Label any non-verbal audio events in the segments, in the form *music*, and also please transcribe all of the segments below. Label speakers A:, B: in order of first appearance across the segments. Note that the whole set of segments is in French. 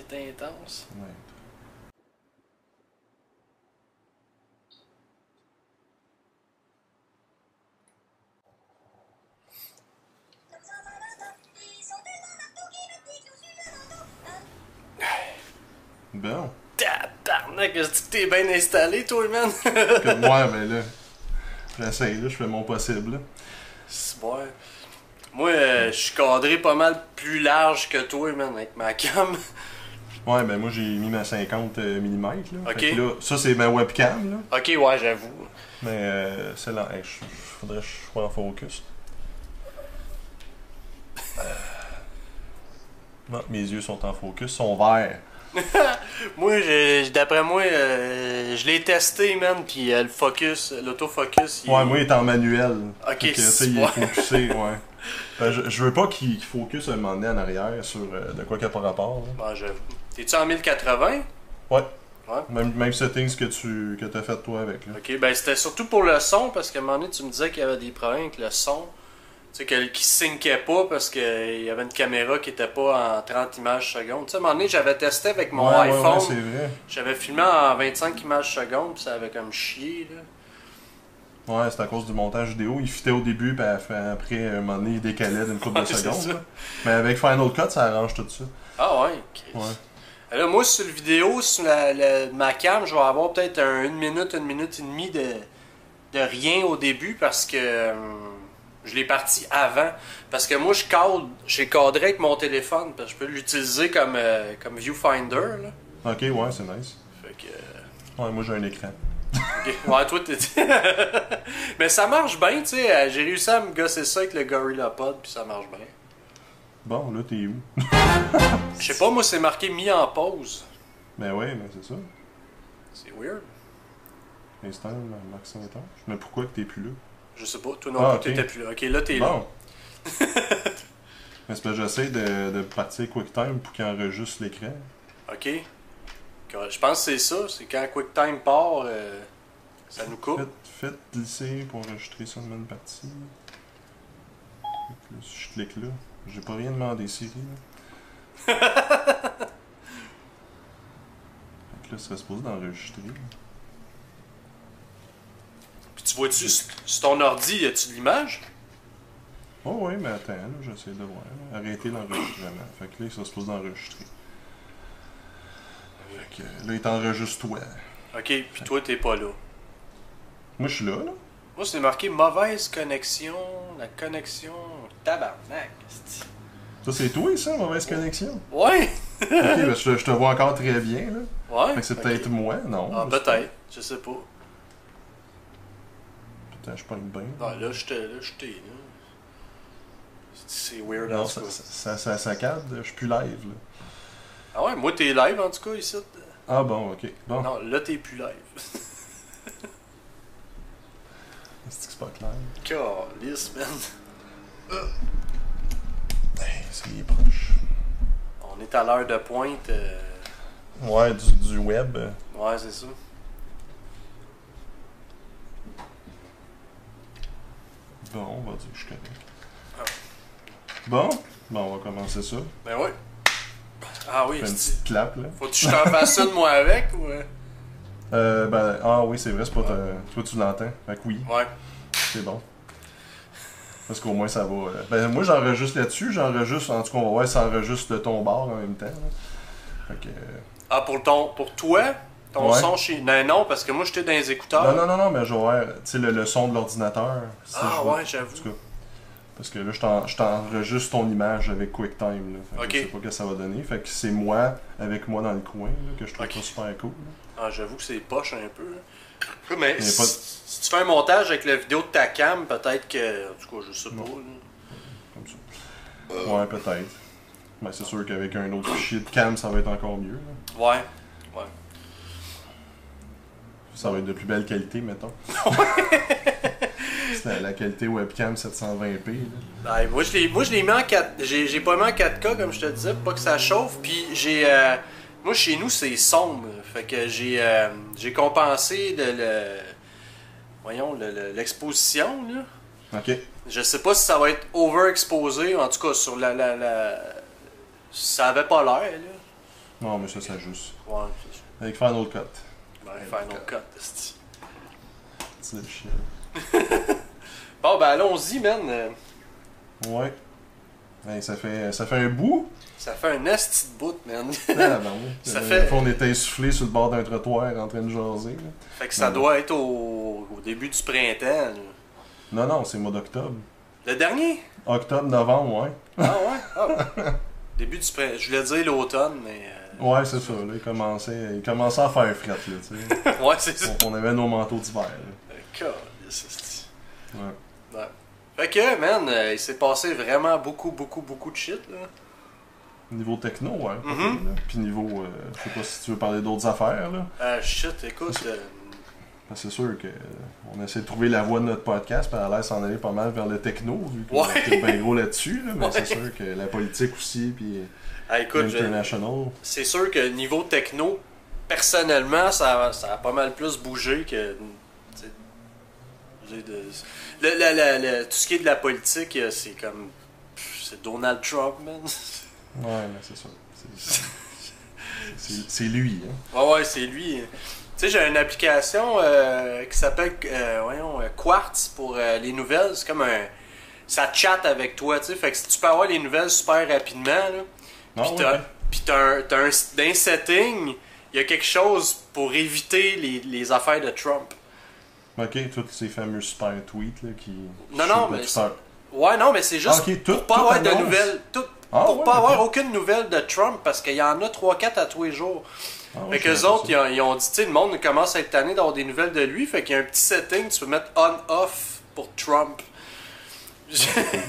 A: intense.
B: Ouais. Bon.
A: Tabarnak, je dis que t'es bien installé, toi, man. *laughs*
B: Comme moi, mais là, j'essaye, là, je fais mon possible. là.
A: C'est bon. Moi, euh, je suis cadré pas mal plus large que toi, man, avec ma cam. *laughs*
B: Ouais, ben moi, j'ai mis ma 50 mm. Là.
A: Ok.
B: Fait que là, ça, c'est ma webcam, là.
A: Ok, ouais, j'avoue.
B: Mais euh, c'est lent. Hey, je- je- faudrait que je sois en focus. Euh. Non, mes yeux sont en focus, sont verts.
A: Moi, je- d'après moi, euh, je l'ai testé, man, puis euh, le focus, l'autofocus. il-
B: Ouais, moi, il est en manuel.
A: Ok,
B: Fait que, tu sais,
A: c'est
B: il
A: bon.
B: est focusé, ouais. Ben, je, je veux pas qu'il qu'il focus un moment donné en arrière sur euh, de quoi qu'il y a par rapport. là.
A: Bon, Ah, j'avoue. T'es-tu en 1080?
B: Ouais.
A: Ouais.
B: Même, même settings que tu que as fait toi avec. Là.
A: Ok, ben c'était surtout pour le son, parce qu'à un moment donné, tu me disais qu'il y avait des problèmes avec le son. Tu sais, que- qu'il syncait pas parce qu'il y avait une caméra qui était pas en 30 images secondes. Tu sais, à un moment donné, j'avais testé avec mon
B: ouais, ouais, ouais,
A: iPhone.
B: c'est vrai.
A: j'avais filmé en 25 images secondes, puis ça avait comme chié, là.
B: Ouais, c'est à cause du montage vidéo. Il fitait au début, puis à la fin- après, un moment donné, il décalait d'une
A: *laughs*
B: couple
A: Ouais,
B: de
A: c'est ça.
B: secondes. là. Mais avec Final Cut, ça arrange tout ça.
A: Ah ouais, Chris.
B: Ouais.
A: Alors, moi, sur le vidéo, sur la, la- ma cam, je vais avoir peut-être un- une minute, une minute et demie de, de rien au début parce que hum, je l'ai parti avant. Parce que moi, je cadre, j'ai cadré avec mon téléphone parce que je peux l'utiliser comme, euh, comme viewfinder. Là.
B: Ok, ouais, c'est nice.
A: Fait que.
B: Ouais, moi, j'ai un écran.
A: Ok. *laughs* Ouais, toi, t'es. *laughs* Mais ça marche bien, tu sais. euh, J'ai réussi à me gosser ça avec le Gorilla Pod, puis ça marche bien.
B: Bon, là, t'es où?
A: Je sais pas, moi, c'est marqué mis en pause.
B: ben ouais, mais c'est ça.
A: C'est weird.
B: Instant, Marc Saint-Ange. Mais pourquoi que t'es plus là?
A: Je sais pas, toi non,
B: Ah,
A: plus,
B: ok.
A: t'étais plus là. Ok, là, t'es là.
B: Bon. *laughs* mais c'est parce que j'essaie de, de partir QuickTime pour qu'il enregistre l'écran.
A: OK. Quand- Je pense que c'est ça. C'est quand QuickTime part, euh, ça nous coupe.
B: Faites, faites glisser pour enregistrer ça de même partie. Fait que là, si je clique là, j'ai pas rien demandé Siri.
A: *laughs*
B: Là. fait que là, ça serait supposé d'enregistrer.
A: Puis tu vois-tu, sur sur ton ordi, y a-tu de l'image?
B: Oh oui, mais attends, là, j'essaie de voir. là. Arrêter l'enregistrement. Fait que là, ça se pose d'enregistrer. Fait que là, il t'enregistre toi.
A: OK, puis toi, t'es pas là.
B: Moi, je suis là, là.
A: Moi, c'est marqué mauvaise connexion, la connexion tabarnak. esti.
B: Ça, c'est toi, ça, mauvaise connexion.
A: Ouais! *laughs*
B: Ok, parce que je, je te vois encore très bien, là.
A: Ouais!
B: Fait que c'est
A: ok.
B: peut-être moi, non?
A: Ah, peut-être. Je sais pas. Non,
B: Putain, je parle bien.
A: Ah, là, j'étais là, j'étais là. C'est weird
B: Non,
A: en tout
B: ça,
A: cas.
B: ça, ça saccade, je suis plus live. Là.
A: Ah ouais, moi, t'es live en tout cas ici.
B: Ah bon, ok. Bon,
A: Non, là, t'es plus live. *laughs*
B: c'est que c'est pas clair.
A: Calisse, man.
B: Hey, c'est les proches.
A: On est à l'heure de pointe. euh,
B: Ouais, du, du web. euh,
A: Ouais, c'est ça.
B: Bon, on va dire que je suis correct.
A: Ah.
B: Bon, bon, on va commencer ça.
A: Ben ouais. Ah oui,
B: Fais une
A: c'est-
B: petite clap, là.
A: faut que je t'en fasse ça de moi avec ou. euh?
B: Euh, ben, ah oui, c'est vrai, c'est pas. ta- Toi, tu l'entends. Fait que oui,
A: Ouais.
B: c'est bon. Parce qu'au moins, ça va. euh, Ben, moi, j'enregistre là-dessus. J'enregistre, en tout cas, on va voir si ça enregistre de ton bord en même temps. là. Fait que. euh,
A: Ah, pour, ton, pour toi, ton
B: Ouais.
A: son chez. Non, non, parce que moi j'étais dans les écouteurs.
B: Non, non, non, non, mais je vais voir, tu sais, le, le son de l'ordinateur. si
A: Ah
B: je vois.
A: ouais,
B: En
A: j'avoue.
B: tout cas, parce que là, je t'en- je t'enregistre ton image avec QuickTime. Là. Fait que
A: Ok.
B: Je sais pas ce que ça va donner. Fait que c'est moi avec moi dans le coin là, que je trouve
A: Ok.
B: pas super cool. là.
A: Ah, j'avoue que c'est poche un peu. là. Ouais, Mais
B: a
A: si,
B: pas de-
A: si tu fais un montage avec la vidéo de ta cam, peut-être que. En tout cas, je sais pas. là.
B: Comme ça. Ouais, peut-être. Mais c'est sûr qu'avec un autre fichier de cam, ça va être encore mieux. là.
A: Ouais. Ouais.
B: Ça va être de plus belle qualité,
A: *laughs*
B: mettons. c'est la, la qualité webcam 720p. là.
A: Ben, moi, je l'ai, moi, je l'ai mis en 4 j'ai, j'ai pas mis en 4K, comme je te disais, pour pas que ça chauffe. Puis j'ai. euh, moi, chez nous, c'est sombre. Fait que j'ai, euh, j'ai compensé le. le- voyons, le- le- l'exposition, là.
B: Ok.
A: Je sais pas si ça va être overexposé, en tout cas, sur la. la, la- ça avait pas l'air, là.
B: Non, mais ça, ça juste.
A: Ouais, c'est sûr.
B: Avec Final Cut.
A: Ben, faire nos cotes, esti.
B: C'est le chien.
A: Bon, ben, allons-y, man. Euh,
B: Ouais. Ben, ça, fait, ça fait un bout.
A: Ça fait un esti de bout, man. *laughs*
B: Ah, ben oui.
A: Ça
B: Euh,
A: fait-
B: une fois, on était essoufflés sur le bord d'un trottoir en train de jaser. là.
A: Fait que ça
B: Mm.
A: doit être au, au début du printemps. là.
B: Non, non, c'est le mois d'octobre.
A: Le dernier?
B: Octobre, novembre, ouais.
A: Ah ouais? Ah. *laughs* début du printemps. Je voulais dire l'automne, mais... euh,
B: Ouais, c'est ça. Là, il, commençait, il commençait à faire fret, là, tu
A: *laughs*
B: sais.
A: euh, ouais, c'est ça.
B: on, on avait nos manteaux d'hiver. là.
A: Euh, câlisse, esti.
B: Ouais.
A: Ouais. Fait que, man, euh, il s'est passé vraiment beaucoup, beaucoup, beaucoup de shit, là.
B: Niveau techno, ouais. pas
A: Mhm.
B: pire, là. Puis niveau, euh, je sais pas si tu veux parler d'autres affaires, là.
A: Euh, shit, écoute... euh,
B: Parce que c'est sûr que euh, on essaie de trouver la voie de notre podcast, puis à l'air s'en aller pas mal vers le techno, vu qu'on
A: Ouais.
B: est bien gros là-dessus, là,
A: *laughs*
B: mais
A: Ouais.
B: c'est sûr que la politique aussi, puis
A: ah, écoute, je-
B: l'international.
A: c'est sûr que niveau techno, personnellement, ça, ça a pas mal plus bougé que. t'sais, j'ai de- le- le- le- le- tout ce qui est de la politique, euh, c'est comme. pff, C'est Donald Trump, man. *laughs*
B: Ouais, mais c'est ça. C'est- C'est c'est lui, hein.
A: Ouais, ouais, c'est lui. Tu sais, j'ai une application euh, qui s'appelle euh, voyons, euh, Quartz pour euh, les nouvelles. C'est comme un. Ça chatte avec toi, tu sais. Fait que si tu peux avoir les nouvelles super rapidement, là.
B: Non,
A: Puis t'as- Puis t'as un, t'as un, dans les settings, il y a quelque chose pour éviter les, les affaires de Trump.
B: ouais. Ok, tous ces fameux super tweets là, qui.
A: Non, non,
B: qui sont
A: mais
B: de
A: c'est-
B: Twitter.
A: Ouais, non, mais c'est juste
B: Ah, ok, tout-
A: pour pas
B: tout
A: avoir de
B: annonce.
A: nouvelles. tout-
B: Ah,
A: pour
B: ouais,
A: pas avoir
B: ok.
A: aucune nouvelle de Trump, parce qu'il y en a 3-4 à tous les jours.
B: Ah, ouais,
A: fait
B: je
A: que les
B: savais
A: autres,
B: pas
A: ils ont, ils ont dit, tu sais, le monde commence à être tanné d'avoir des nouvelles de lui. Fait qu'il y a un petit setting, tu peux mettre on-off pour Trump. *laughs* Je,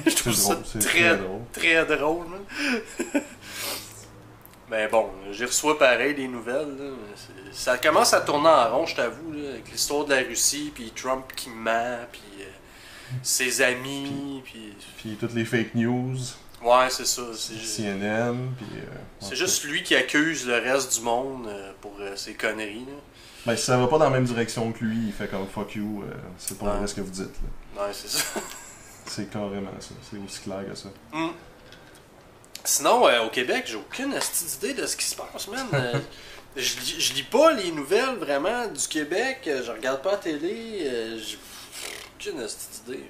A: je trouve ça
B: drôle, c'est
A: très,
B: très drôle.
A: très drôle. man. *laughs* Mais bon, j'y reçois pareil des nouvelles. là. C'est- Ça commence à tourner en rond, je t'avoue, là, avec l'histoire de la Russie, puis Trump qui ment, puis euh, ses amis, puis...
B: Puis toutes les fake news,
A: Ouais, c'est ça. C'est ju-
B: CNN, puis. euh, en
A: c'est
B: tout
A: juste lui qui accuse le reste du monde euh, pour euh, ses conneries. là.
B: cas. Ben, si ça va pas dans la même direction que lui, il fait comme fuck you, euh, c'est pas
A: Ouais.
B: vrai ce que vous dites, là.
A: Ouais, c'est ça. *laughs*
B: C'est carrément ça. C'est aussi clair que ça.
A: Mm. Sinon, euh, au Québec, j'ai aucune astuce idée de ce qui se passe, man. Euh, je, lis- je lis pas les nouvelles vraiment du Québec. euh, Je regarde pas la télé. euh, j'ai aucune astuce idée.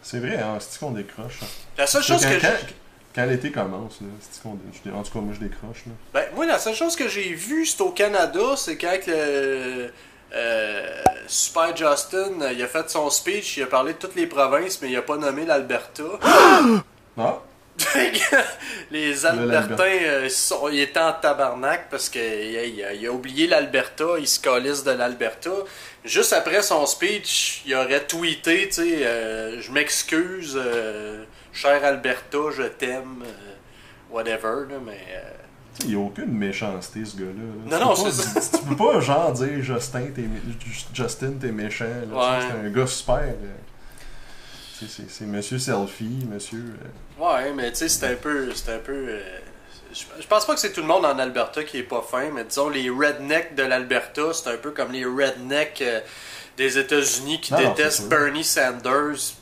B: C'est vrai, hein, c'est-tu qu'on décroche? hein?
A: La seule chose
B: quand,
A: que
B: quand-
A: j'ai-
B: quand l'été commence, là, c'est-tu qu'on dé- je dé- En tout cas, moi, je décroche, là.
A: ben, moi, la seule chose que j'ai vue, c'est au Canada, c'est quand le euh, Super Justin, euh, il a fait son speech, il a parlé de toutes les provinces, mais il a pas nommé l'Alberta.
B: Ah!
A: Fait que les Albertains, euh, sont, ils étaient en tabarnak parce que hey, il a, il a oublié l'Alberta, il se calisse de l'Alberta. Juste après son speech, il aurait tweeté, tu sais, euh, je m'excuse, euh, cher Alberta, je t'aime, euh, whatever, là, mais... euh,
B: Tu sais, Il n'y a aucune méchanceté, ce gars-là. là.
A: Non,
B: Tu
A: non,
B: peux pas-
A: c'est ça.
B: Tu peux pas, genre, dire Justin, t'es, mé- Ju- Justin, t'es méchant. là, tu sais,
A: Ouais.
B: C'est un gars super. euh, tu sais, C'est, c'est monsieur selfie, monsieur. euh,
A: ouais, mais tu sais, c'est un peu... C'est un peu... euh, je je pense pas que c'est tout le monde en Alberta qui est pas fin, mais disons, les rednecks de l'Alberta, c'est un peu comme les rednecks euh, des États-Unis qui
B: Ah Non, non,
A: détestent
B: c'est sûr.
A: Bernie Sanders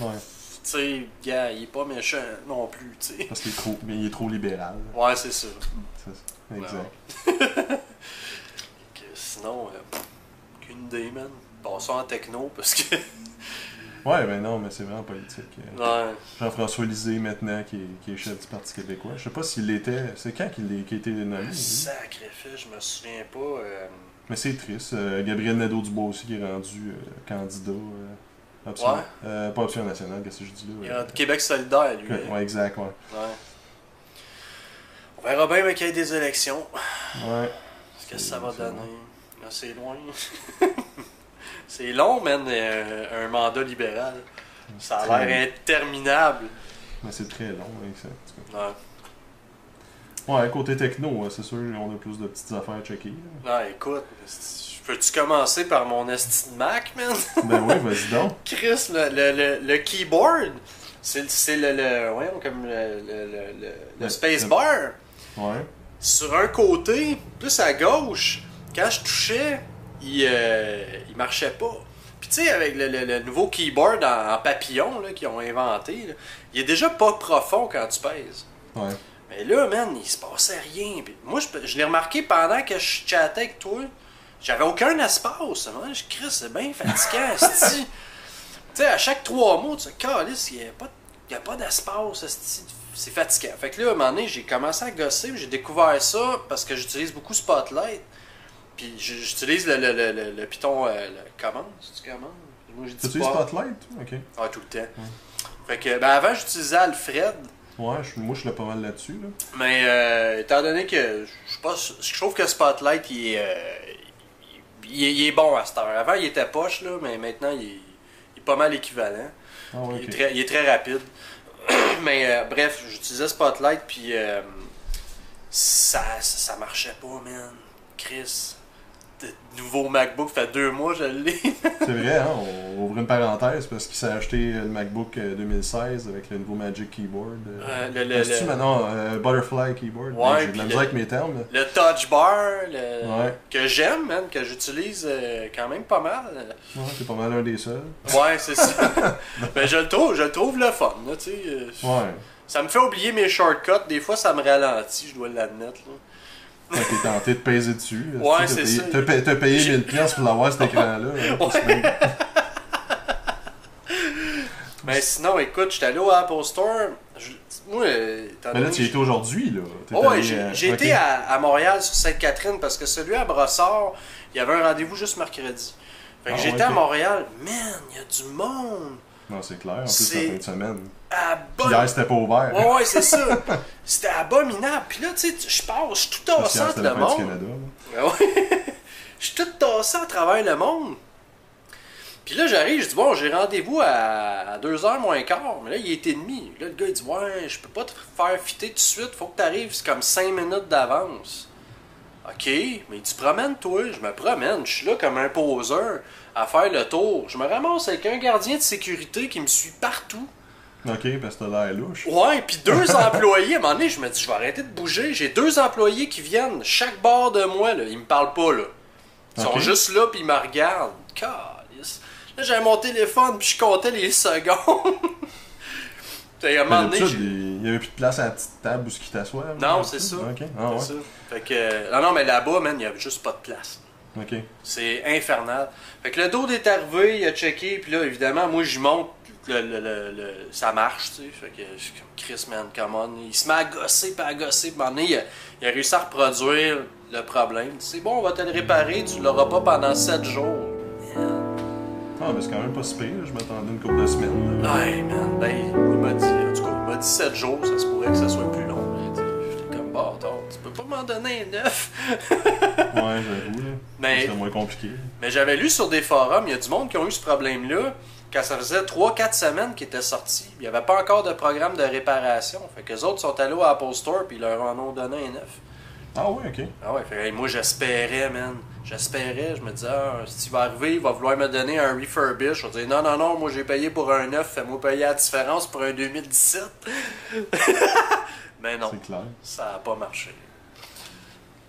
B: ouais,
A: tu sais, gars, il est pas méchant non plus, tu sais.
B: parce qu'il est trop, mais il est trop libéral. là.
A: Ouais, c'est ça.
B: C'est ça. Exact.
A: Ouais. Que sinon, euh, pff, aucune idée, man. Passons en techno parce que. *laughs*
B: Ouais, ben non, mais c'est vraiment politique. euh.
A: ouais.
B: Jean-François Lisée, maintenant, qui est, qui est chef du Parti québécois. Je sais pas s'il l'était. C'est quand qu'il est- qu'il a été nommé. lui?
A: Sacré fait, je me souviens pas. euh,
B: Mais c'est triste. Euh, Gabriel Nadeau-Dubois aussi, qui est rendu euh, candidat. euh, option,
A: Ouais.
B: euh, pas option nationale, qu'est-ce que je dis là?
A: Il
B: euh,
A: est de Québec solidaire, lui. hein.
B: que- ouais, exact, ouais.
A: Ouais. On verra bien, mais qu'il y ait des élections.
B: Ouais.
A: Qu'est-ce que ça va
B: C'est loin.
A: donner? Là, c'est loin. *laughs* c'est long, man, euh, un mandat libéral. Ça a
B: Très
A: l'air interminable.
B: Mais c'est très long, ouais, ça. en tout
A: Ouais.
B: cas. Ouais, côté techno, euh, c'est sûr, on a plus de petites affaires à checker.
A: *laughs*
B: là.
A: Ah, écoute, esti- peux-tu commencer par mon esti de Mac, man? *laughs*
B: ben ouais, vas-y donc.
A: Chris, le, le, le, le keyboard, c'est le- c'est le, le, voyons, comme le, le, le, le- le
B: Le-
A: spacebar.
B: Ouais.
A: Sur un côté, plus à gauche, quand je touchais, il, euh, il marchait pas. Puis tu sais, avec le, le- le nouveau keyboard en, en papillon là, qu'ils ont inventé, là, il est déjà pas profond quand tu pèses.
B: Ouais.
A: Mais là, man, il se passait rien. Puis moi, je, je l'ai remarqué pendant que je chattais avec toi. J'avais aucun espace. Moi, je crie, c'est bien fatigant, esti. Tu sais, à chaque trois mots, tu sais, calice, il n'y a pas, il y a pas d'espace, esti. C'est fatigant. Fait que là, à un moment donné, j'ai commencé à gosser, puis j'ai découvert ça parce que j'utilise beaucoup Spotlight. Puis j- j'utilise le, le, le, le, le Python. euh, le- comment C'est-tu comment Moi, j'ai dit
B: Tu utilises
A: Spot.
B: Spotlight? toi? Ok.
A: Ah, tout le temps. Fait que, ben, avant, j'utilisais Alfred.
B: Ouais, je- moi je l'ai pas mal là-dessus. Là.
A: Mais euh, étant donné que je sais pas, je trouve que Spotlight il est, euh, il, est- il est bon à cette heure. Avant il était poche là, mais maintenant il est, il est pas mal équivalent.
B: Ah, ouais,
A: Il, est
B: ok.
A: très, il est très rapide. *clears throat* mais euh, bref, j'utilisais Spotlight puis euh, ça, ça ça marchait pas, man. Chris, de nouveau MacBook fait deux mois je l'ai. *laughs*
B: C'est vrai, hein? on ouvre une parenthèse parce qu'il s'est acheté le MacBook euh, 2016 avec le nouveau Magic Keyboard.
A: Euh,
B: Euh,
A: le, le-
B: c'est-tu
A: le-
B: maintenant euh, Butterfly Keyboard.
A: Ouais,
B: J'ai de
A: puis
B: la
A: le-
B: misère avec mes termes.
A: Le touch bar, le-
B: Ouais.
A: que j'aime, man, que j'utilise euh, quand même pas mal.
B: Ouais, t'es pas mal un des seuls.
A: Ouais, c'est
B: *laughs*
A: ça. Mais je le trouve, je le trouve le fun, là, tu sais. euh,
B: Ouais.
A: Ça me fait oublier mes shortcuts, des fois ça me ralentit, je dois l'admettre, là.
B: Fait que t'es tenté de paiser dessus.
A: Ouais,
B: T'as
A: c'est
B: payé-
A: ça.
B: T'as payé, t'as payé
A: J'ai-
B: 1000 pièces pour l'avoir cet
A: *laughs*
B: écran-là. hein, parce que-
A: Mais sinon, écoute, j'étais allé au Apple Store, je- moi, euh, étant
B: Mais là,
A: donné
B: tu y
A: que
B: étais aujourd'hui, là. T'es
A: Oh, ouais,
B: allé,
A: j'ai
B: euh,
A: j'ai
B: ok.
A: été à, à Montréal sur Sainte-Catherine parce que celui à Brossard, il y avait un rendez-vous juste mercredi. Fait que
B: Ah,
A: j'étais
B: ouais,
A: à
B: ok.
A: Montréal, man, il y a du monde.
B: Non, c'est clair. En plus,
A: C'est-
B: la fin de semaine.
A: À
B: Puis
A: bonne
B: Hier, c'était pas ouvert.
A: Ouais, ouais, c'est ça. C'était abominable. Puis là, tu sais, tu- je passe, je suis tout
B: Parce qu'hier,
A: tassant
B: c'était
A: le
B: la fin du
A: monde.
B: Canada. là.
A: Ah ouais. *laughs* je suis tout tassé à travers le monde. Puis là, j'arrive, je dis, bon, j'ai rendez-vous à 2h moins quart. Mais là, il est demi. Là, le gars, il dit, ouais, je peux pas te faire fitter tout de suite. Faut que t'arrives, c'est comme 5 minutes d'avance. OK, mais tu promènes, toi. Je me promène. Je suis là comme un poseur à faire le tour. Je me ramasse avec un gardien de sécurité qui me suit partout.
B: Ok, parce que t'as l'air louche.
A: Ouais, puis deux
B: *laughs*
A: employés, à un moment donné, je me dis, je vais arrêter de bouger. J'ai deux employés qui viennent, chaque bord de moi, là, ils me parlent pas, là. Ils sont
B: Ok.
A: juste là, puis ils me regardent. Calisse. Là, j'avais mon téléphone, puis je comptais les secondes. *laughs* Puis à un
B: Mais
A: moment donné,
B: d'habitude,
A: j'ai-
B: il n'y avait plus de place à la petite table où ce qui t'assoit. là,
A: Non,
B: là,
A: c'est ça.
B: dessus. Ok, ah ouais.
A: C'est ça. Fait que, euh, non, non, mais là-bas, man, il y avait juste pas de place.
B: Ok.
A: C'est infernal. Fait que le dos est arrivé, il a checké, puis là, évidemment, moi, je monte, le, le- le- le- ça marche, tu sais. Fait que je suis comme Chris, man, come on. Il se met à gosser, puis à gosser, puis à un moment donné, il a, il a réussi à reproduire le problème. C'est bon, on va te le réparer, tu l'auras pas pendant 7 jours.
B: Ah, mais c'est quand même pas si pire. là. Je m'attendais une couple de semaines. là.
A: Ouais, man, ben, il m'a dit, en tout cas, il m'a dit 7 jours, ça se pourrait que ça soit plus long. mais tu sais, J'étais comme, bah, attends, tu peux pas m'en donner *laughs* 9.
B: Ouais, j'avoue. là.
A: Mais-
B: C'était moins compliqué.
A: Mais j'avais lu sur des forums, il y a du monde qui ont eu ce problème-là quand ça faisait 3-4 semaines qu'il était sorti. Il n'y avait pas encore de programme de réparation. Fait que les autres sont allés au Apple Store puis ils leur en ont donné un neuf.
B: Ah ouais, ok.
A: Ah ouais, fait que, hey, moi j'espérais, man. J'espérais, je me disais, ah, si va arriver, il va vouloir me donner un refurbish. Je vais dire, non, non, non, moi j'ai payé pour un neuf, fais-moi payer la différence pour un 2017. *laughs* Mais non,
B: C'est clair.
A: ça n'a pas marché.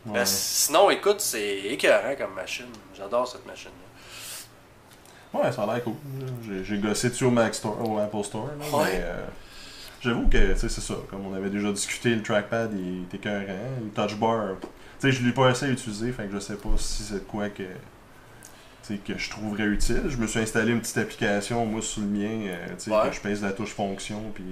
B: Ouais.
A: Ben, sinon, écoute, c'est écœurant comme machine. J'adore cette machine-là.
B: Ouais, ça a l'air cool. J'ai- J'ai gossé dessus au, Mac Store, au Apple Store. là,
A: Ouais.
B: mais, euh, J'avoue que tu sais, c'est ça. Comme on avait déjà discuté, le trackpad il était écœurant. Le touch bar, tu sais, je l'ai pas assez utilisé, fait que je sais pas si c'est de quoi que, tu sais, que je trouverais utile. Je me suis installé une petite application, moi, sur le mien, euh, tu sais,
A: Ouais.
B: que je pèse la touche fonction, puis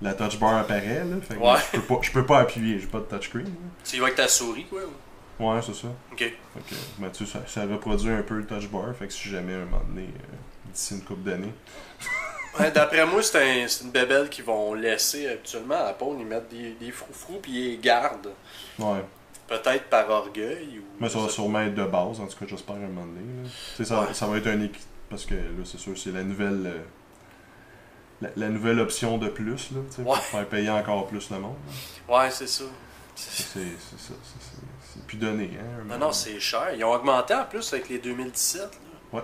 B: la touch bar apparaît. Là, fait que
A: Ouais.
B: je, peux pas, je peux pas appuyer, j'ai pas de touchscreen. là.
A: Tu y vas avec ta souris, quoi. ou-
B: Ouais, c'est ça.
A: Ok.
B: Fait que, ben, tu sais, ça, ça reproduit un peu le touch bar, fait que si jamais, un moment donné, euh, d'ici une couple d'années,
A: Ouais, D'après moi, c'est un- c'est une bébelle qu'ils vont laisser habituellement à Apple. Ils mettent des, des froufrous puis ils les gardent.
B: ouais.
A: Peut-être par orgueil ou.
B: Mais ça va
A: je sais
B: sûrement être de base, en tout cas, j'espère à un moment donné. là. Tu sais, Ça,
A: Ouais.
B: ça va être un équi- Parce que là, c'est sûr, c'est la nouvelle. euh, La, la nouvelle option de plus, là, tu sais, pour
A: Ouais.
B: faire payer encore plus le monde.
A: *laughs*
B: là.
A: pas. Ouais, c'est ça.
B: C'est c'est- c'est ça, c'est- c'est- c'est plus donné, hein.
A: Non,
B: un moment.
A: non, c'est cher. Ils ont augmenté en plus avec les 2017. Là.
B: Ouais.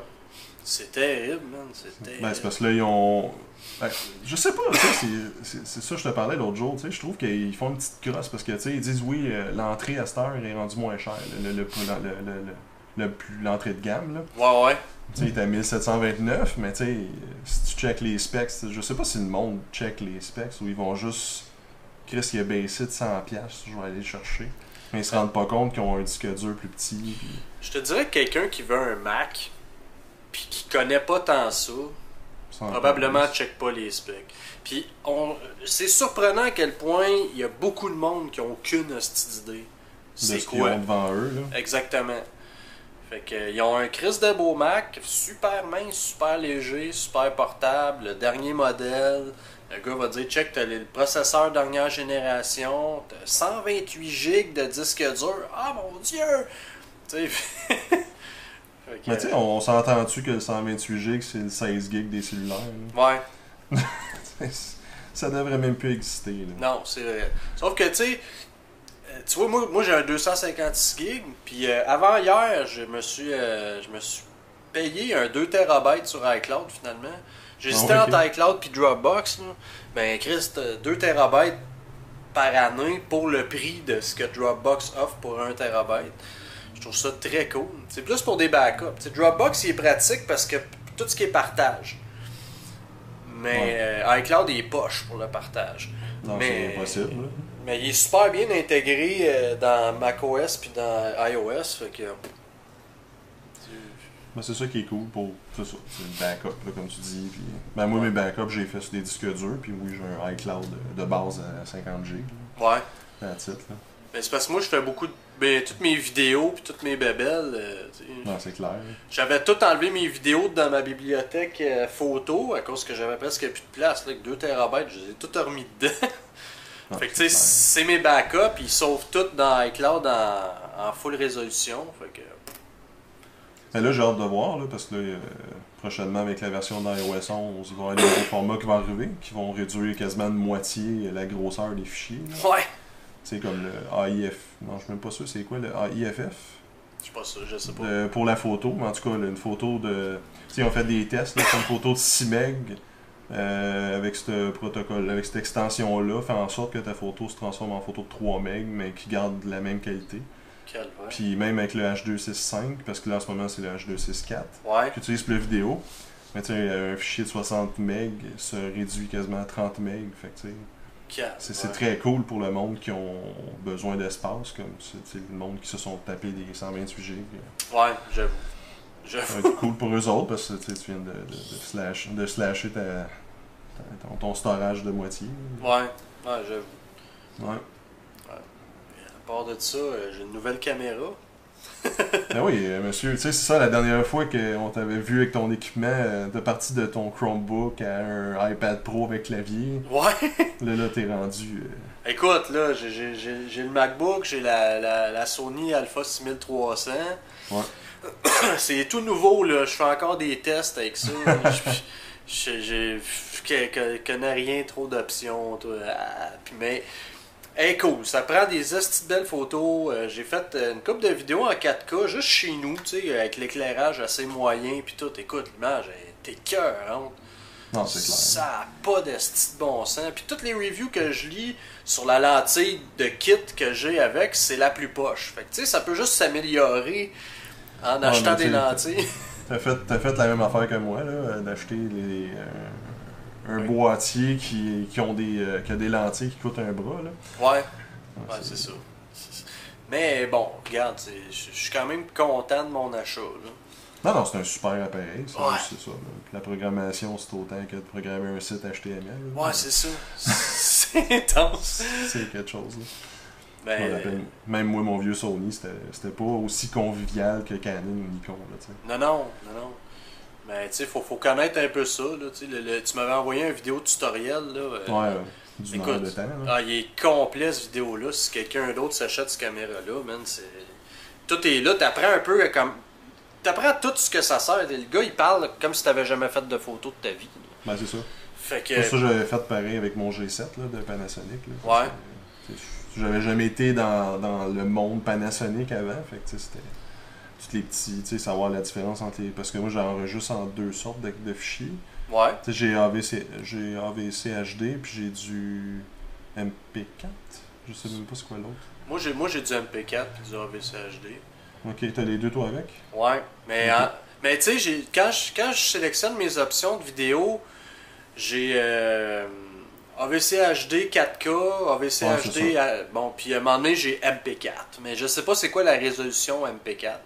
A: C'est terrible, man. C'est terrible.
B: Ben, c'est parce que là, ils ont. Ben, je sais pas, tu sais, c'est- c'est c'est ça que je te parlais l'autre jour, tu sais. Je trouve qu'ils font une petite crosse parce que, tu sais, ils disent oui, euh, l'entrée à cette heure est rendue moins chère, le- le- le- le- le- le- le plus- l'entrée de gamme, là.
A: Ouais, ouais.
B: Tu sais, il est à 1729, mais tu sais, si tu check les specs, je sais pas si le monde check les specs ou ils vont juste Chris, il a baissé de 100$, piastres, je vais aller le chercher. Mais ils se rendent pas compte qu'ils ont un disque dur plus petit. puis-
A: Je te dirais que quelqu'un qui veut un Mac, puis qui connaît pas tant ça,
B: sans-
A: probablement check pas les specs. Puis on, c'est surprenant à quel point il y a beaucoup de monde qui ont aucune hostie idée.
B: de
A: C'est
B: ce qu'ils ont
A: quoi
B: devant eux. Là.
A: Exactement. Fait que, euh, ils ont un Chris de beau Mac, super mince, super léger, super portable, le dernier modèle. Le gars va dire check, t'as le processeur dernière génération, t'as 128 gigs de disque dur. Ah mon dieu! *laughs* Tu sais, *laughs* fait que,
B: Mais tu sais, on, on s'entend-tu que le 128 gig, c'est le 16 gig des cellulaires. là? *laughs*
A: Ouais,
B: ça devrait même plus exister. Là.
A: non, c'est vrai. Sauf que, tu sais, euh, tu vois, moi, moi j'ai un 256 gigs, puis euh, avant hier, je me suis, euh, je me suis payé un 2 TB sur iCloud finalement. J'hésitais
B: Ah ouais,
A: entre
B: ok.
A: iCloud puis Dropbox. Là. Ben, Chris, euh, 2 TB par année pour le prix de ce que Dropbox offre pour 1 TB. Je trouve ça très cool. C'est plus pour des backups. Tu sais, Dropbox, il est pratique parce que p- tout ce qui est partage. Mais
B: Ouais.
A: euh, iCloud, il est poche pour le partage.
B: Non,
A: Mais-
B: c'est impossible. là.
A: mais il est super bien intégré euh, dans macOS puis dans iOS. Fait que. euh,
B: Mais Ben, c'est ça qui est cool pour. C'est ça. C'est le backup, là, comme tu dis. Puis, ben, moi, mes backups, j'ai fait sur des disques durs. Puis oui, j'ai un iCloud de- de base à 50 gig.
A: Ouais.
B: là, à titre. Là.
A: Mais c'est parce que moi, je fais beaucoup de. ben, toutes mes vidéos puis toutes mes bébelles. euh, tu sais,
B: Non, c'est clair. là.
A: J'avais tout enlevé mes vidéos dans ma bibliothèque euh, photo à cause que j'avais presque plus de place. Là, que 2 TB, je les ai toutes remis dedans.
B: *laughs* Non,
A: fait que tu
B: c'est
A: sais,
B: clair.
A: c'est mes backups, ils sauvent tout dans iCloud en, en full résolution. Fait que.
B: Mais là, j'ai hâte de voir, là, parce que là, euh, prochainement, avec la version d'iOS 11, il va y avoir des nouveaux formats qui vont arriver, qui vont réduire quasiment de moitié la grosseur des fichiers. là.
A: Ouais!
B: C'est comme le AIF. Non, je suis même pas sûr, c'est quoi le AIFF
A: Je sais pas ça, je sais pas.
B: Euh, Pour la photo, mais en tout cas, là, une photo de. Tu sais, on fait des tests, là, c'est une photo de 6 meg. euh, avec ce protocole, avec cette extension-là, fait en sorte que ta photo se transforme en photo de 3 meg, mais qui garde la même qualité.
A: Quel vrai.
B: Puis même avec le H265, parce que là en ce moment c'est le H264,
A: Ouais.
B: qui utilise pour la vidéo. Mais tu sais, un fichier de 60 MB se réduit quasiment à 30 MB. Fait que, tu sais,
A: quel
B: c'est c'est
A: vrai.
B: très cool pour le monde qui ont besoin d'espace, comme c'est tu sais, le monde qui se sont tapés des 128 gigs.
A: Ouais, j'avoue.
B: Ça
A: J'avoue.
B: va être cool pour eux autres parce que tu sais, tu viens de, de, de, slash- de slasher ta- ta- ton, ton storage de moitié.
A: Ouais, ouais, j'avoue.
B: Ouais.
A: À part de ça, euh, j'ai une nouvelle caméra.
B: Ben oui, euh, monsieur, tu sais, c'est ça, la dernière fois qu'on t'avait vu avec ton équipement, euh, t'es parti de ton Chromebook à un iPad Pro avec clavier.
A: Ouais! *laughs*
B: Là, là, t'es rendu. euh,
A: Écoute, là, j'ai- j'ai j'ai- j'ai le MacBook, j'ai la, la, la Sony Alpha 6300.
B: Ouais.
A: *coughs* C'est tout nouveau, là. Je fais encore des tests avec ça. Je- Je je- je- je connais rien trop d'options. toi. Ah, puis mais, hey, cool. Ça prend des esti de belles photos. Euh, J'ai fait euh, une coupe de vidéos en 4K juste chez nous, tu sais, avec l'éclairage assez moyen. Puis tout, écoute, l'image, elle est écœurante.
B: Non, c'est clair.
A: Ça n'a pas de style de bon sens. Puis toutes les reviews que je lis sur la lentille de kit que j'ai avec, c'est la plus poche. Fait que tu sais, ça peut juste s'améliorer en
B: Ouais,
A: achetant
B: Ah,
A: des
B: mais tu sais,
A: lentilles.
B: T'as fait, t'as fait la même affaire que moi, là, euh, d'acheter les, euh, un
A: Oui.
B: boîtier qui, qui, ont des, euh, qui a des lentilles qui coûtent un bras. Là.
A: *laughs* ouais, ouais c'est ça. C'est- Mais bon, regarde, c'est- je je suis quand même content de mon achat. là.
B: Non, non, c'est un super appareil, ça,
A: Ouais.
B: c'est ça. là. Puis La programmation, c'est autant que de programmer un site HTML. là.
A: Ouais, c'est ça. *laughs* C'est intense.
B: C'est quelque chose. là.
A: Ben,
B: Je me rappelle, même moi, mon vieux Sony, c'était c'était pas aussi convivial que Canon ou Nikon. Là, tu sais.
A: Non, non, non, non. Mais tu sais, faut, faut connaître un peu ça. Là, tu sais, le- le- tu m'avais envoyé un vidéo tutoriel. Là, euh,
B: ouais, euh, du
A: Écoute,
B: nombre de hein. temps. là.
A: Ah, il est complet ce vidéo-là. Si quelqu'un d'autre s'achète cette caméra-là, man, c'est. Tout est là, t'apprends un peu euh, comme. T'apprends tout ce que ça sert. Le gars, il parle comme si t'avais jamais fait de photo de ta vie.
B: Ben, c'est ça.
A: Fait que.
B: Pour ça, j'avais fait pareil avec mon G7 là, de Panasonic. là, parce
A: Ouais.
B: que, tu sais, J'avais jamais été dans, dans le monde Panasonic avant. Fait que tu sais, c'était. Toutes les petits, tu sais, savoir la différence entre les. Parce que moi, j'enregistre en deux sortes de, de fichiers.
A: Ouais.
B: Tu sais, j'ai AVC, j'ai AVC HD, puis j'ai du MP4. Je sais même pas c'est quoi l'autre.
A: Moi, j'ai, moi, j'ai du MP4 et du AVCHD.
B: Ok, t'as les deux, toi, avec
A: Ouais. Mais,
B: Ok.
A: en- mais tu sais, j'ai- quand je, quand je sélectionne mes options de vidéo, j'ai. euh, AVC HD 4K, AVC
B: Ouais, c'est
A: HD, euh, bon, puis à un moment donné, j'ai MP4. Mais je sais pas c'est quoi la résolution MP4.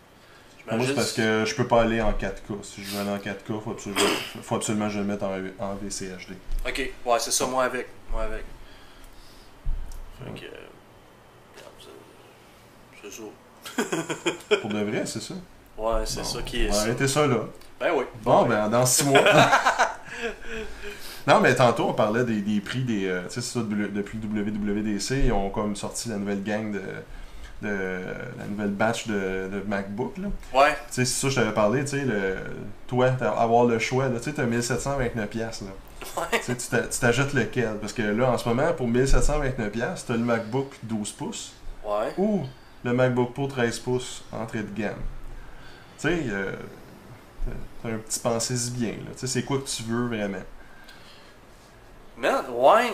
A: Ben,
B: Moi, c'est parce
A: J'imagine-
B: que je peux pas aller en 4K. Si je veux aller en 4K, faut absolument, faut absolument que je le mette en, en VCHD.
A: Ok, ouais, c'est ça, moi avec. Moi avec. Fait que. euh, regarde, c'est- C'est ça.
B: Pour de vrai, c'est ça.
A: Ouais, c'est
B: Bon,
A: ça qui est
B: On va
A: ça.
B: arrêter ça là.
A: Ben oui.
B: Bon, ben, dans
A: *laughs*
B: six mois. *laughs* non, mais tantôt, on parlait des, des prix des. euh, tu sais, c'est ça, W- depuis le WWDC, ils ont comme sorti la nouvelle gang de. de la nouvelle batch de, de MacBook. là.
A: Ouais,
B: Tu sais, c'est ça, je t'avais parlé, tu sais, le, toi, t'as- avoir le choix, là, tu sais, t'as 1729$. piastres, Là.
A: ouais.
B: Tu sais, tu t'a- tu t'achètes lequel Parce que là, en ce moment, pour 1729$, piastres, t'as le MacBook 12 pouces
A: Ouais.
B: ou le MacBook Pro 13 pouces entrée de gamme. Tu sais, euh, t'as- t'as un petit pensée bien. Là. Tu sais, c'est quoi que tu veux vraiment.
A: Merde, ouais.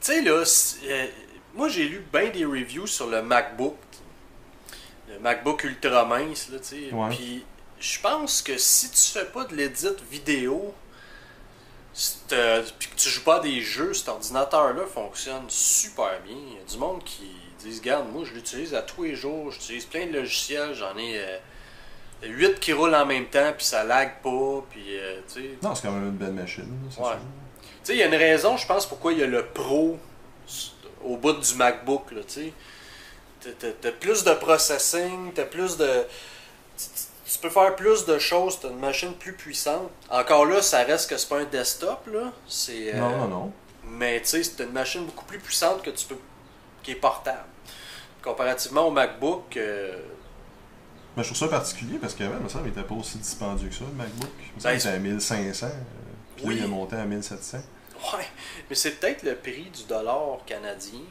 A: Tu sais, là, c'est- euh, moi j'ai lu bien des reviews sur le MacBook. Le MacBook ultra mince, là, tu sais.
B: Ouais.
A: Puis, je pense que si tu fais pas de l'édit vidéo, c'est, euh, puis que tu joues pas à des jeux, cet ordinateur-là fonctionne super bien. Il y a du monde qui disent Garde, moi je l'utilise à tous les jours, j'utilise plein de logiciels, j'en ai 8 qui roulent en même temps, puis ça lag pas, puis euh, tu sais.
B: Non, c'est quand même une belle machine. là, c'est
A: Ouais.
B: sûr.
A: Tu sais, il y a une raison, je pense, pourquoi il y a le Pro s- au bout du MacBook, là, tu sais. T'as- t'as- T'as plus de processing, t'as plus de... tu- Tu tu peux faire plus de choses, t'as une machine plus puissante. Encore là, ça reste que c'est pas un desktop, là. C'est... euh,
B: Non, non, non.
A: Mais, tu sais, c'est une machine beaucoup plus puissante que tu peux... qui est portable. Comparativement au MacBook... euh,
B: Mais je trouve ça particulier parce qu'avant, il me semble, il était pas aussi dispendieux que ça, le MacBook. Il me semble
A: Ben,
B: qu'il était à 1500. euh, Puis là,
A: Oui.
B: il est monté à 1700.
A: Ouais, mais c'est peut-être le prix du dollar canadien.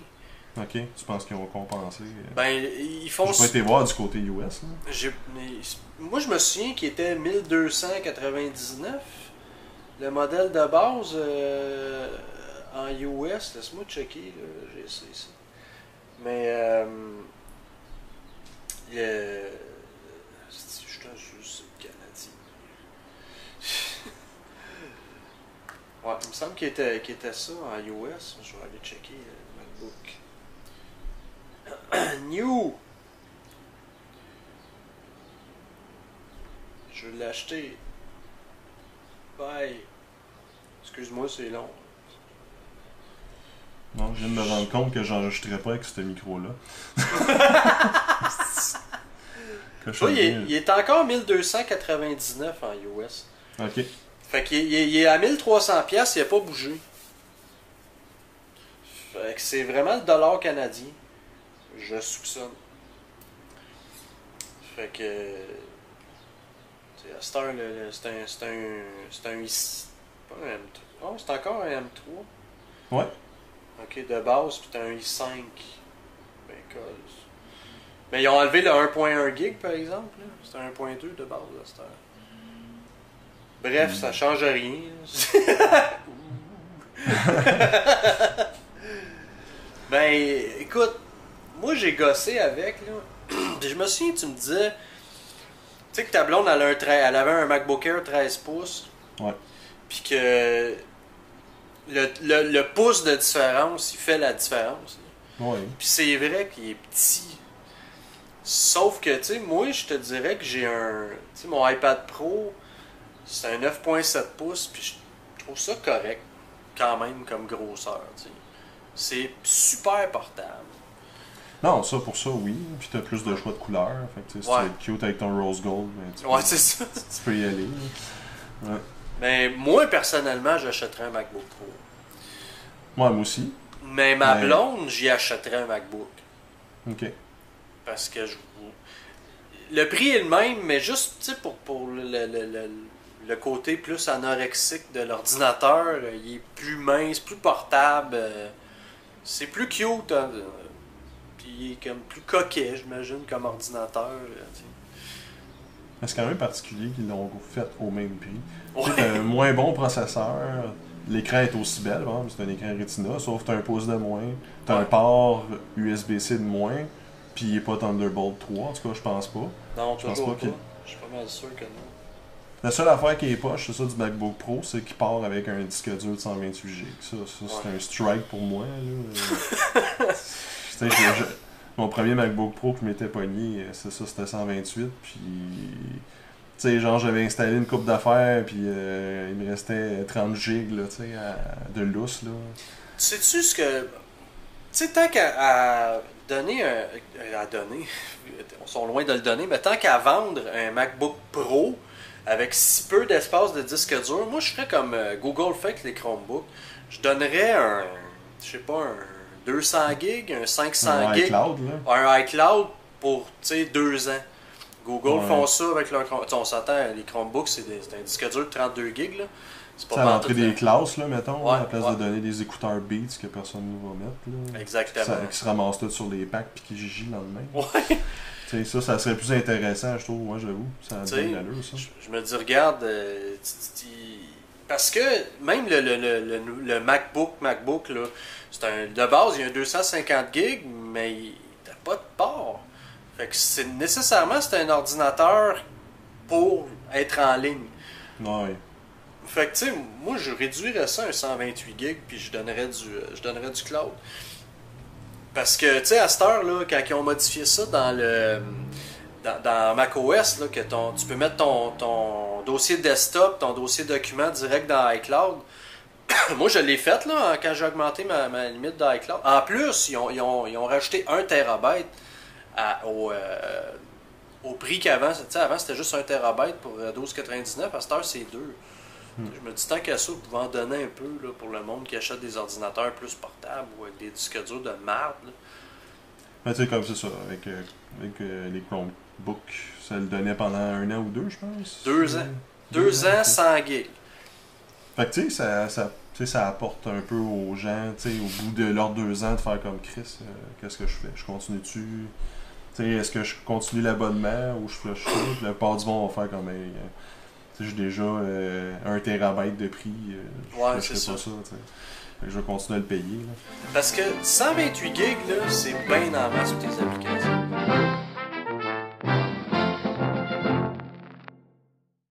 B: Ok, tu penses qu'ils ont compensé. euh,
A: Ben, ils font...
B: J'ai pas été voir du côté US. là.
A: J'ai- mais- moi, je me souviens qu'il était 1299, le modèle de base euh, en US. Laisse-moi checker, là, j'ai essayé ça. Mais, euh, le- c'est- je te jure, c'est le Canadien. *laughs* ouais, il me semble qu'il était, qu'il était ça en US. Je vais aller checker euh, le MacBook. *coughs* New! Je l'ai acheté. Bye. Excuse-moi, c'est long.
B: Non, je viens de me rendre compte que j'enregistrais pas avec
A: *laughs*
B: ce micro-là. Que je
A: Tu vois, il est,
B: suis
A: il est encore 1299 en US.
B: bien. Ok.
A: Fait qu'il est- il est, il est à 1300 pièces, il a pas bougé. Fait que c'est vraiment le dollar canadien. Je soupçonne. Fait que... tu sais, À cette heure, le- le- c'est un... C'est un... C'est un... i- Pas un M3. Oh, c'est encore un M3.
B: Ouais.
A: Ok, de base, puis t'as un i5. Ben, cause. Mais ils ont enlevé le 1.1 gig, par exemple. là. C'était 1.2 de base, à cette heure. Bref, ça change rien. là. ben, écoute, moi j'ai gossé avec, là. *clears throat* Puis je me souviens, tu me disais, tu sais que ta blonde, elle, a un trai- elle avait un MacBook Air 13 pouces.
B: Ouais.
A: Puis que le, le- le pouce de différence, il fait la différence.
B: Ouais.
A: Puis c'est vrai qu'il est petit. Sauf que, tu sais, moi, je te dirais que j'ai un. Tu sais, mon iPad Pro, c'est un 9,7 pouces, puis je trouve ça correct, quand même, comme grosseur, tu sais. C'est super portable.
B: Non, ça pour ça, oui. Puis t'as plus de choix de couleurs. Fait que, tu sais, si
A: Ouais.
B: tu veux être cute avec ton rose gold, ben, tu,
A: Ouais,
B: peux,
A: c'est ça. *laughs*
B: tu peux y aller. Ouais. Ouais,
A: Mais moi, personnellement, j'achèterais un MacBook Pro.
B: Moi, moi aussi.
A: Mais ma
B: Mais-
A: blonde, j'y achèterais un MacBook.
B: Ok.
A: Parce que je vous. Le prix est le même, mais juste tu sais, pour, pour le, le- le- le- le côté plus anorexique de l'ordinateur, euh, il est plus mince, plus portable. euh, C'est plus cute. hein, euh, Puis il est comme plus coquet, j'imagine, comme ordinateur. euh, tu sais.
B: Mais c'est quand même particulier qu'ils l'ont fait au même prix. Tu sais,
A: Ouais.
B: t'as un Euh, moins bon processeur. L'écran est aussi bel, par exemple, c'est un écran Retina, sauf t'as un pouce de moins. T'as un
A: Ouais.
B: port USB-C de moins. Puis il n'est pas Thunderbolt 3, en tout cas, je pense pas.
A: Non,
B: je pense
A: toujours
B: pas
A: pas.
B: qu'il-
A: Je suis pas mal sûr que non.
B: La seule affaire qui est poche, c'est ça du MacBook Pro, c'est qu'il part avec un disque dur de 128 Go. Ça, ça c'est
A: Ouais.
B: un strike pour moi. là. *laughs* Tu sais, je- je- mon premier MacBook Pro que je m'étais pogné, euh, c'est ça, c'était 128. Puis, tu sais, genre, j'avais installé une coupe d'affaires, puis euh, il me restait 30 gigs, là, tu sais, à- de lousse, là.
A: Sais-tu ce que. Tu sais, tant qu'à à donner un. À donner. On sont loin de le donner, mais tant qu'à vendre un MacBook Pro avec si peu d'espace de disque dur, moi je ferais comme euh, Google fait avec les Chromebooks. Je donnerais un. Je sais pas, un 200 gigs, un 500
B: Un
A: gigs,
B: iCloud, là.
A: un iCloud pour, tu sais, deux ans. Google
B: Ouais.
A: font ça avec leur. Chrome- tu sais, On s'entend, les Chromebooks, c'est des- c'est un disque dur de 32 gigs, là. C'est
B: Tu sais, à l'entrée
A: pantoute
B: des
A: la-
B: classes, là, mettons,
A: Ouais,
B: à la place
A: ouais.
B: de donner des écouteurs Beats que personne ne va mettre, là.
A: Exactement.
B: Ça- qui se ramassent tout sur les packs puis qui gigent le lendemain.
A: Ouais.
B: Tu sais, ça, ça serait plus intéressant, je trouve, moi, j'avoue. Ça a
A: Tu sais,
B: bien l'allure, ça.
A: Je, je me dis, regarde, euh, tu- tu- tu- parce que même le, le- le- le- le MacBook, MacBook, là, c'est un, de base, il y a un 250 gigs, mais il- t'as pas de port. Fait que c'est, nécessairement, c'est un ordinateur pour être en ligne.
B: Ouais.
A: Fait que, tu sais, moi, je réduirais ça à un 128 gigs, puis je donnerais du, euh, je donnerais du cloud. Parce que, tu sais, à cette heure-là, quand ils ont modifié ça dans le dans, dans macOS, là, que ton, tu peux mettre ton, ton dossier desktop, ton dossier document direct dans iCloud. *coughs* moi, je l'ai fait, là, quand j'ai augmenté ma, ma limite d'iCloud. En plus, ils ont, ils ont, ils ont rajouté 1 TB à- au, euh, au prix qu'avant. Tu sais, avant, c'était juste 1 TB pour euh, 12,99. À cette heure, c'est 2. Je me dis tant qu'à ça, vous pouvez en donner un peu là, pour le monde qui achète des ordinateurs plus portables ou avec des disques durs de marde. là.
B: Mais tu sais, comme c'est ça, avec, euh, avec euh, les Chromebooks, ça le donnait pendant un an ou deux, je pense.
A: Deux ans. Deux ans,
B: ok.
A: 100 gigs.
B: Fait que, tu sais, ça, ça, tu sais, ça apporte un peu aux gens, tu sais, au bout de leurs deux ans, de faire comme Chris, euh, qu'est-ce que je fais Je continue-tu Tu sais, est-ce que je continue l'abonnement ou je flush ça Puis le part du bon, on va faire comme. Hey, euh, tu sais, j'ai déjà euh, un térabyte de prix. euh, je
A: Ouais,
B: flusherai
A: c'est
B: pas ça. tu sais. Fait que je vais continuer à le payer. là.
A: Parce que 128 gigs, là, c'est bien en masse pour tes applications.